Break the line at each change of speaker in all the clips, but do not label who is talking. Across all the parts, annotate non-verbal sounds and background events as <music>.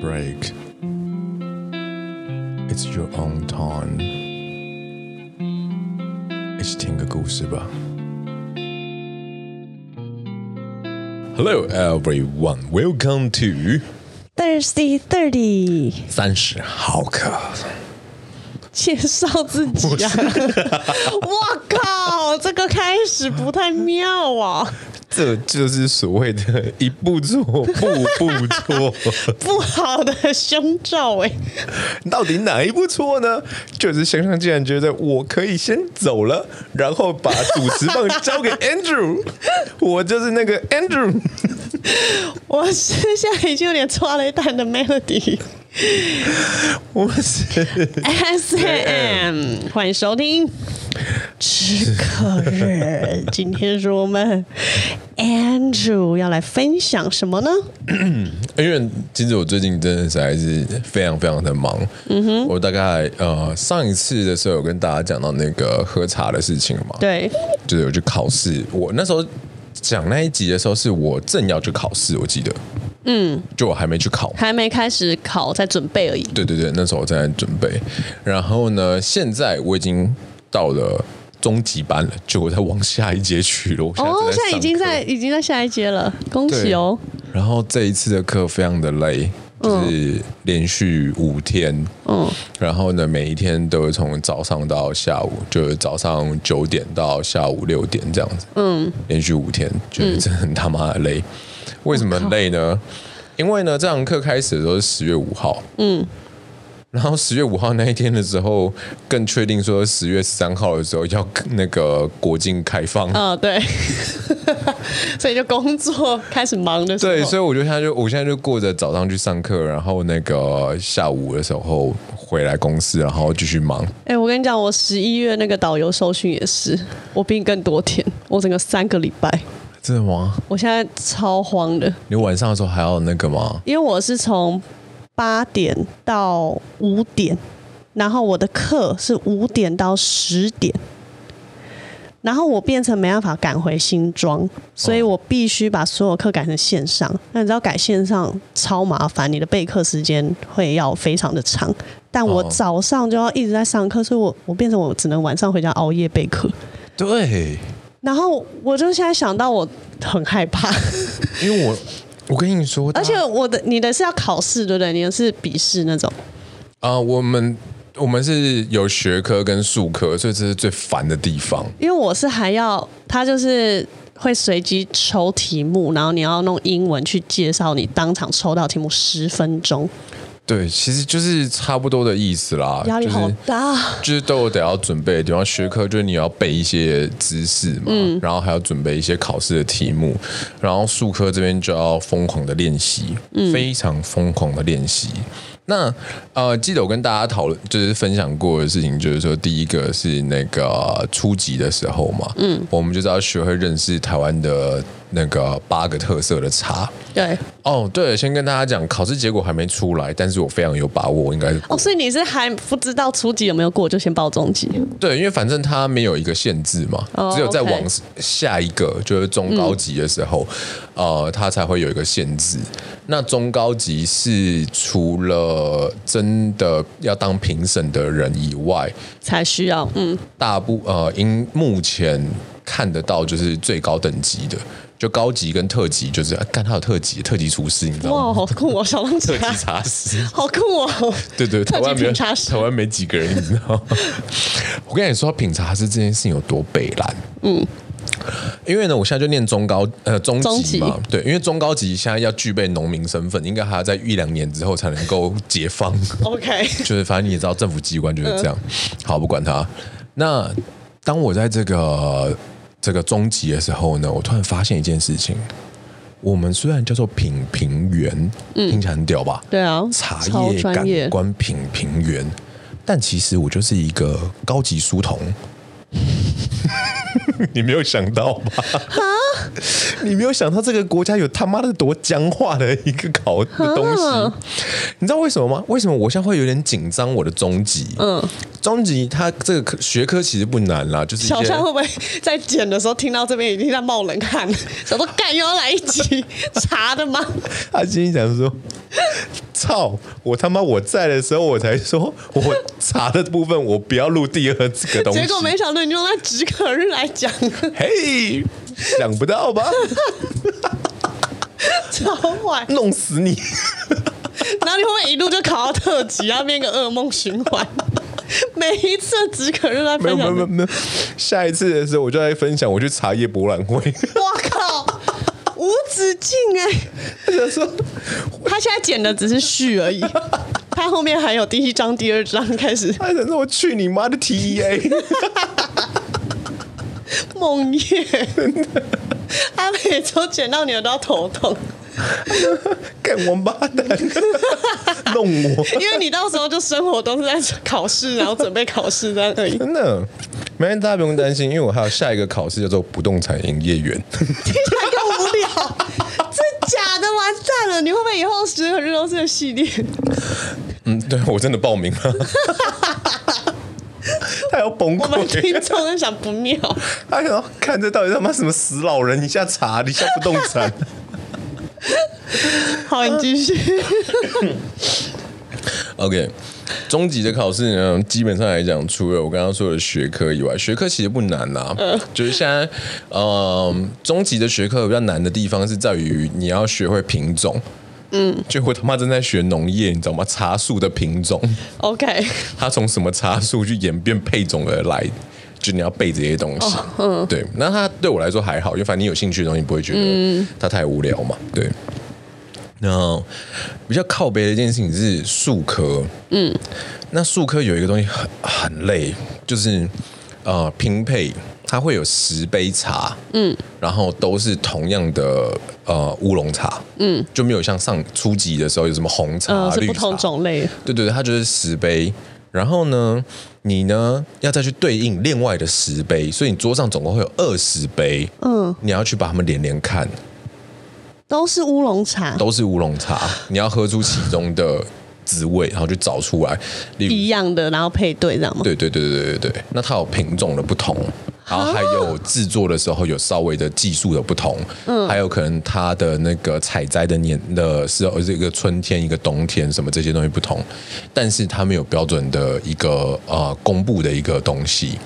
break. It's your own time. 一起听个故事吧。Hello everyone, welcome to
Thirsty Thirty，
三十毫克。
介绍自己啊！ <laughs> 我靠，这个开始不太妙啊，
<laughs>
<laughs>
这就是所谓的一步错，步步错。
不好的胸罩哎、
到底哪一步错呢？就是香香竟然觉得我可以先走了，然后把主持棒交给 <laughs> Andrew，我就是那个 Andrew。
我是下一句有点抓了一蛋的 Melody
我是
S M，欢迎收听《吃客日》。今天是我们 Andrew 要来分享什么呢？
因为其实我最近真的实在是非常非常的忙。嗯哼，我大概呃上一次的时候有跟大家讲到那个喝茶的事情嘛，，
对，
就是有去考试。我那时候讲那一集的时候，是我正要去考试，我记得，嗯，就我还没去考。
还没开始考，在准备而已。
对对对，那时候我在准备。然后呢，现在我已经到了中级班了，就我在往下一阶去了。我现在正
哦，现在已经
上课
在已经在下一节了，恭喜
对
哦！
然后这一次的课非常的累，就是连续五天，嗯，然后呢，每一天都是从早上到下午，就是早上九点到下午六点这样子，嗯，连续五天，就是真的很他妈的累。为什么很累呢？因为呢，这堂课开始的时候是十月五号，嗯。然后十月五号那一天的时候，更确定说十月十三号的时候要那个国境开放，
啊、对， <laughs> 所以就工作开始忙的时候，
对，所以我就现在就我现在就过着早上去上课，然后那个下午的时候回来公司，然后继续忙。
哎、我跟你讲，我十一月那个导游受训也是，我比你更多天，我整个三个礼拜，
真的吗？
我现在超慌的，
你晚上的时候还要那个吗？
因为我是从八点到五点，然后我的课是五点到十点。然后我变成没办法赶回新庄，所以我必须把所有课改成线上。那你知道改线上超麻烦，你的备课时间会要非常的长。但我
哦
早上就要一直在上课，所以我我变成我只能晚上回家熬夜备课。
对，
然后我就现在想到我很害怕，
因为我我跟你说，
<laughs> 而且
啊、
我的你的是要考试对不对？你的是笔试那种。
啊我们我们是有学科跟术科，所以这是最烦的地方。
因为我是还要，他就是会随机抽题目，然后你要弄英文去介绍你当场抽到题目十分钟，
对，其实就是差不多的意思啦，
压力
就是
好大。
就是都有得要准备的地方，学科就是你要背一些知识嘛，然后还要准备一些考试的题目，然后术科这边就要疯狂的练习，非常疯狂的练习。那呃，记得我跟大家讨论，就是分享过的事情，就是说，第一个是那个呃初级的时候嘛，嗯，我们就是要学会认识台湾的那个八个特色的茶。
对，
哦，对了，先跟大家讲，考试结果还没出来，但是我非常有把握，我应该是
哦，所以你是还不知道初级有没有过，就先报中级。
对，因为反正它没有一个限制嘛，
哦
只有在
OK 嗯
往下一个就是中高级的时候，呃，它才会有一个限制。那中高级是除了真的要当评审的人以外，
才需要，嗯，
大部呃，因目前看得到就是最高等级的，就高级跟特级，就是啊干、它有特级，特级厨师你知道吗？
哇，好酷哦，小浪
特
茶，
级茶师，
<laughs> 好酷哦，
对对，
特
台
级
湾没有
品茶师
台湾没几个人，你知
<laughs>
道吗？我跟你说，品茶师这件事情有多北蓝。嗯。因为呢，我现在就念中高呃中
中
级
级
嘛，对，因为中高级现在要具备农民身份，应该还要在一两年之后才能够解
<laughs>
放。
，OK，
就是反正你也知道，政府机关就是这样。
嗯
好，不管它。那当我在这个这个中级的时候呢，我突然发现一件事情：我们虽然叫做品评员，
嗯
听起来很屌吧？
对啊，
茶
超
叶
专
感
业，
官品评员，但其实我就是一个高级书童。 <laughs> 你没有想到吧？你没有想到这个国家有他妈的多僵化的一个考的东西，你知道为什么吗？为什么我现在会有点紧张？我的中级，嗯，中级它这个科学科其实不难啦，就是一些
小象会不会在剪的时候听到这边已经在冒冷 <laughs> 汗？想说干又要来一集茶的吗？
他心里想说：“操！我他妈我在的时候，我才说 <laughs> 我查的部分我不要录第二个东西。
结果没想到你用那止渴日来讲，
嘿，想不到
<laughs>
吧？
超坏。
弄死你！
然后你会不会一路就考到特级，然后变一个噩梦循
<laughs>
环？每一次的止渴日来
没有
分
没有
享
没有，没有，下一次的时候我就来分享，我去查夜博览会。
我靠，无止境哎、
他就说
他现在剪的只是序而已，他后面还有第一章、第二章开始
他想说我去你妈的 E TEA！
梦夜，他每周剪到你的都要头痛，
干王八蛋，弄我！
因为你到时候就生活都是在考试，然后准备考试这样
<laughs>
而已。
真的，没关系，大家不用担心，因为我还有下一个考试叫做不动产营业员。
听起来更无 <laughs> 聊，这假的完蛋了！你会不会以后十个日都是个系列？
嗯，对我真的报名
<laughs>
了，他要崩
我们
溃
听，众在想不妙，
他想说看这到底他妈什么死老人，一下查，一下不动产。
<laughs> 好，你继续。
OK，中级的考试呢，基本上来讲，除了我刚刚说的学科以外，学科其实不难啦、就是现在，呃，中级的学科比较难的地方是在于你要学会品种。嗯，就我他妈正在学农业，你知道吗？茶树的品种，
<laughs> OK，
它从什么茶树去演变配种而来，就你要背这些东西。嗯，对。那它对我来说还好，因为反正你有兴趣的东西，你不会觉得它太无聊嘛。对。那比较靠背的一件事情是数科，嗯，那数科有一个东西很很累，就是呃拼配，它会有十杯茶，嗯，然后都是同样的呃乌龙茶，嗯，就没有像上初级的时候有什么红茶、
嗯，是
啊绿
不
茶
同种类。
对对，对它就是十杯。然后呢，你呢要再去对应另外的十杯，所以你桌上总共会有二十杯。嗯，你要去把它们连连看，
都是乌龙茶，
都是乌龙茶，你要喝出其中的滋味，然后去找出来。例如
一样的，然后配对，这样吗？
对对对对对对对，那它有品种的不同，然后还有制作的时候有稍微的技术的不同，嗯，还有可能它的那个采摘的年的是呃这个春天一个冬天什么这些东西不同，但是它没有标准的一个呃公布的一个东西，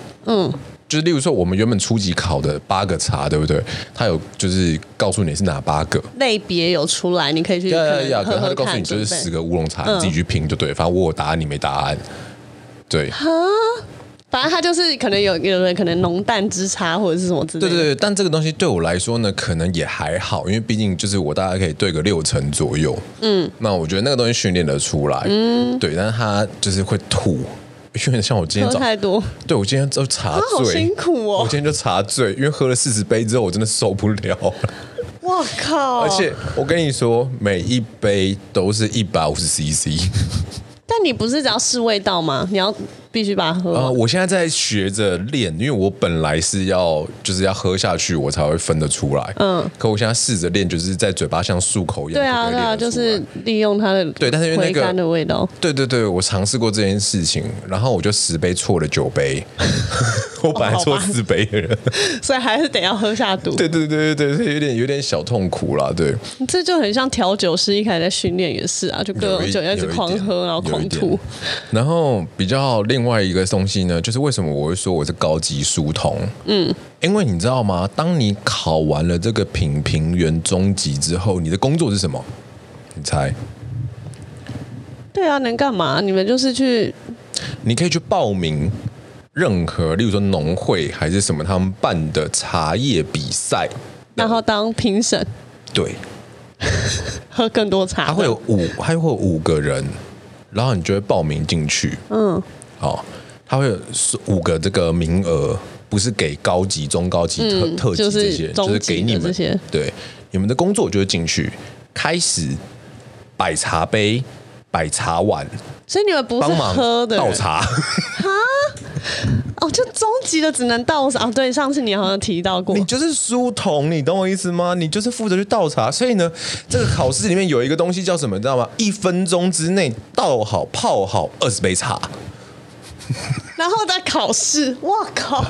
就是例如说我们原本初级考的八个茶，对不对？它有就是告诉你是哪八个，
类别有出来，你可以去
呀呀
可
呀！
能
可
喝
能他就
喝
告诉
看
你就是
准备
十个乌龙茶，你自己去拼就对。反正我有答案，你没答案，对。
反正它就是可能有有人可能浓淡之差或者是什么之类的。
对对对，但这个东西对我来说呢，可能也还好，因为毕竟就是我大概可以对个六成左右。嗯，那我觉得那个东西训练得出来。嗯，对，但是它就是会吐，因为像我今天
喝
早，
太多，
对我今天就茶
啊好
醉，
辛苦哦
我今天就茶醉，因为喝了四十杯之后，我真的受不了
哦
了。
我靠！
而且我跟你说，每一杯都是一百五十 CC。
但你不是只要试味道吗？你要必须把它喝完。
啊、我现在在学着练，因为我本来是要就是要喝下去，我才会分得出来。嗯，可我现在试着练，就是在嘴巴像漱口一样。
对啊，对啊，就是利用它的
对但是因为那
回
个
甘的味道，
对对对，我尝试过这件事情，然后我就十杯错了九
<laughs>
杯，我本
哦
来错四杯的人。
所以还是得要喝下肚。
对对对对对，所以有点有点小痛苦啦，对。
这就很像调酒师一开始在训练也是啊，就各
有
种
一
酒一直狂喝，然后狂。
有一
吐
点。然后比较另外一个东西呢，就是为什么我会说我是高级书童？嗯，因为你知道吗？当你考完了这个品评员中级之后，你的工作是什么？你猜？
对啊，能干嘛？你们就是去
你可以去报名任何，例如说农会还是什么他们办的茶叶比赛，
然后当评审，
对，
喝更多茶。
他会有五，他会有五个人，然后你就会报名进去。嗯，好、他会有五个这个名额，不是给高级、中高级、
嗯
特特级
就是
这些，就是
中级的
给你
这
们
些
对你们的工作就是进去开始摆茶杯、摆茶碗，
所以你们不是
帮忙
喝的人
倒
<laughs>
茶。
哦，就终极的只能倒茶。哦，对，上次你好像提到过
你，就是书童，你懂我意思吗？你就是负责去倒茶。所以呢，这个考试里面有一个东西叫什么，你知道吗？一分钟之内倒好、泡好二十杯茶。
然后在考试，我靠！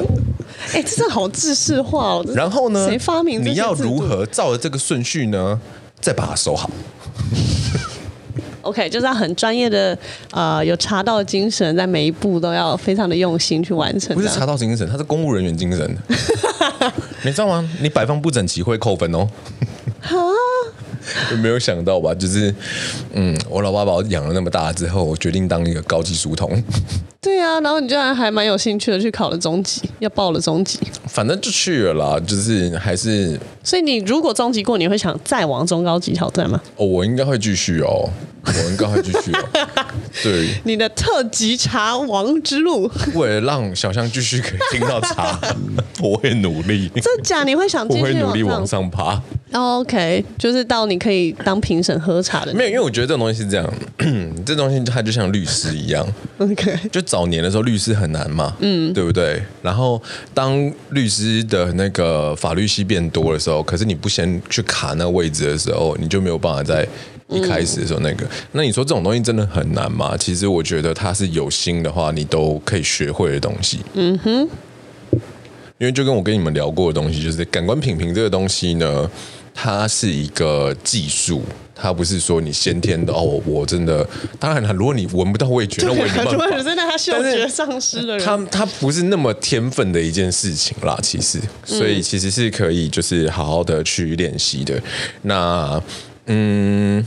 哎、这真的好制式化哦。这是
然后呢？
谁发明？
你要如？何照着这个顺序呢？再把它收好。
OK，就是要很专业的，呃，有查到的精神，在每一步都要非常的啊用心去完成。
不是
这样
查到精神，他是公务人员精
<laughs>
神。你知道吗？你摆放不整齐会扣分哦。有没有想到吧？就是，嗯，我老爸把我养了那么大之后，我决定当一个高级书童。 <laughs>
对啊，然后你居然还蛮有兴趣的去考了中级，要报了中级。
反正就去了啦，就是还是
所以你如果中级过，你会想再往中高级挑战吗？
哦，我应该会继续哦，我应该会继续哦。
<laughs>
对，
你的特级茶王之路，
为了让小象继续可以听到
<laughs>
茶，我会努力，
真假？你会想继
我
续
会努力往
往上
上爬。
？OK，就是到你可以当评审喝茶的那
没有，因为我觉得这种东西是这样， <clears throat> 这东西它就像律师一样，
OK，
就早年的时候律师很难嘛，嗯，对不对？然后当律师的那个法律系变多的时候，可是你不先去卡那个位置的时候，你就没有办法在一开始的时候那
嗯
个。那你说这种东西真的很难吗？其实我觉得它是有心的话，你都可以学会的东西。嗯哼，因为就跟我跟你们聊过的东西，就是感官品评这个东西呢，它是一个技术。它不是说你先天的哦，我我真的，当然了，如果你闻不到味觉，那我也没办
很多
法
人。真的他嗅
但是
觉丧失的人，
他他不是那么天分的一件事情啦，其实，所以其实是可以就是好好的去练习的。那嗯，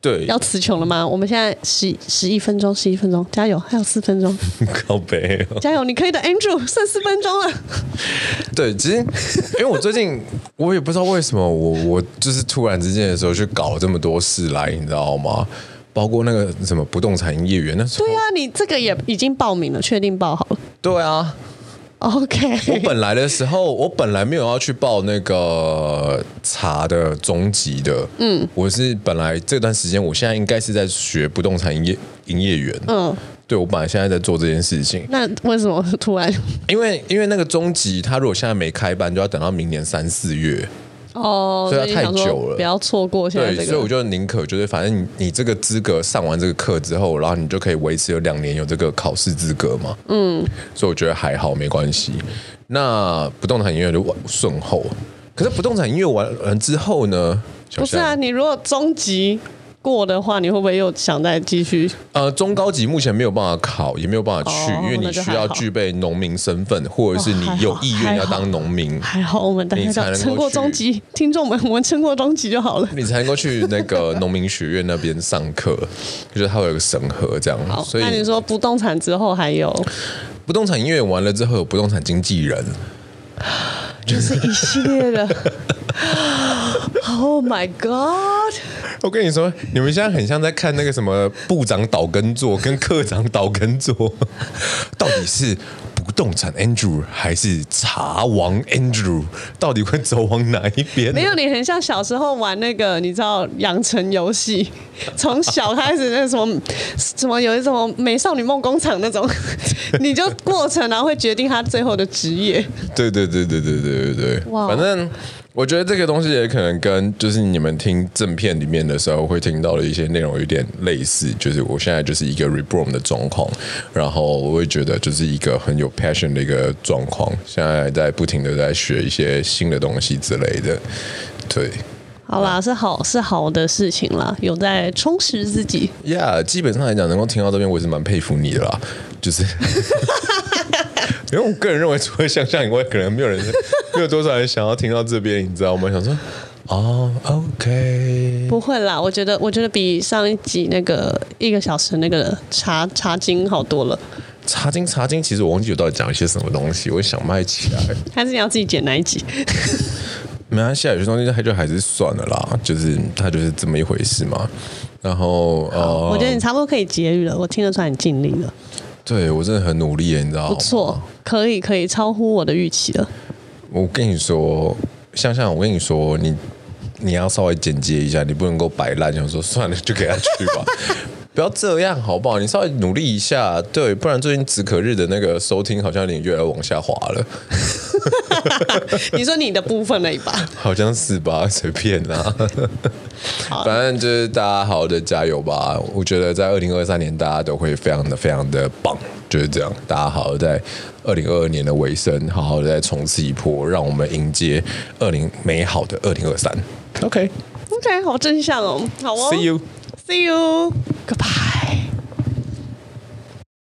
对，
要词穷了吗？我们现在十十一分钟，十一分钟，加油，还有四分钟，
<laughs> 靠背哦、
加油，你可以的，Andrew，剩四分钟了。
对，其实因为我最近我也不知道为什么我我就是突然之间的时候去搞这么多事来，你知道吗？包括那个什么不动产营业员，那时候
对啊，你这个也已经报名了，确定报好了。
对啊，我
OK，
本来的时候，我本来没有要去报那个茶的中级的，嗯，我是本来这段时间，我现在应该是在学不动产营业营业员，
嗯，
对我本来现在在做这件事情，
那为什么突然？
因为因为那个中级，他如果现在没开班，就要等到明年三四月，
<laughs> 哦，
所以它
你
太
想说
久了
不要错过现在
对，
这
所以我
个。
就宁可就是反正你你这个资格上完这个课之后，然后你就可以维持有两年有这个考试资格嘛，嗯，所以我觉得还好，没关系。那不动产音乐就完顺后，可是不动产音乐完完之后呢？小
不是啊，
夏，
你如果中级过的话，你会不会又想再继续？
呃，中高级目前没有办法考，也没有办法去，
哦
因为
那
你
就
需
还
要
好
具备农民身份，或者是你
哦还好
有意愿要
还好
当农民，
还好，我们大
你才
家要
能够
撑过
去
中级，听众们，我们撑过中级就好了。
你才能够去那个农民学院那边上课，就是它会有一个审核这样。
好，
所以
那你说不动产之后还有，
不动产音乐完了之后，有不动产经纪人。
<laughs> 就是一系列 <laughs> 的。Oh my god！
我跟你说，你们现在很像在看那个什么部长倒耕作跟课长倒耕作， <laughs> 到底是不动产 Andrew 还是茶王 Andrew，到底会走往哪一边？
没有，哎你很像小时候玩那个，你知道养成游戏，从小开始那什么什么有一种美少女梦工厂那种， <laughs> 你就过程然后会决定他最后的职业。
对对对对对对对对，
哇
反正我觉得这个东西也可能跟就是你们听正片里面的时候会听到的一些内容有点类似，就是我现在就是一个 reborn 的状况，然后我会觉得就是一个很有 passion 的一个状况，现在在不停的在学一些新的东西之类的，对。
好啦，是好是好的事情啦，有在充实自己。
呀基本上来讲，能够听到这边，我也是蛮佩服你的啦。
<laughs>
就是，因为我个人认为，除了向向以外，可能没有人， <laughs> 没有多少人想要听到这边，你知道吗？想说，哦，OK，
不会啦，我觉得我觉得比上一集那个一个小时那个茶茶经好多了。
查经查经，其实我忘记我到底讲一些什么东西，我想卖起来。
还是你要自己剪那一集？
没关系啊，有些东西它就还是算了啦，就是它就是这么一回事嘛。然后呃，
我觉得你差不多可以结语了，我听得出来你尽力了，
对我真的很努力耶，你知道吗？
不错，可以可以，超乎我的预期了。
我跟你说，向向，我跟你说，你你要稍微简洁一下，你不能够摆烂，想说算了就给他去吧，不要这样好不好？你稍微努力一下，对，不然最近止可日的那个收听好像有点越来越往下滑了，
你说你的部分了一把，
好像是吧？随便啦、
好
反正就是大家好好的加油吧。我觉得在二零二三年，大家都会非常的非常的棒，就是这样。大家好好地在二零二二年的尾声，好好的再冲刺一波，让我们迎接二零美好的二零二三。OK。
OK，好正向哦，好哦
See you.
See you，goodbye。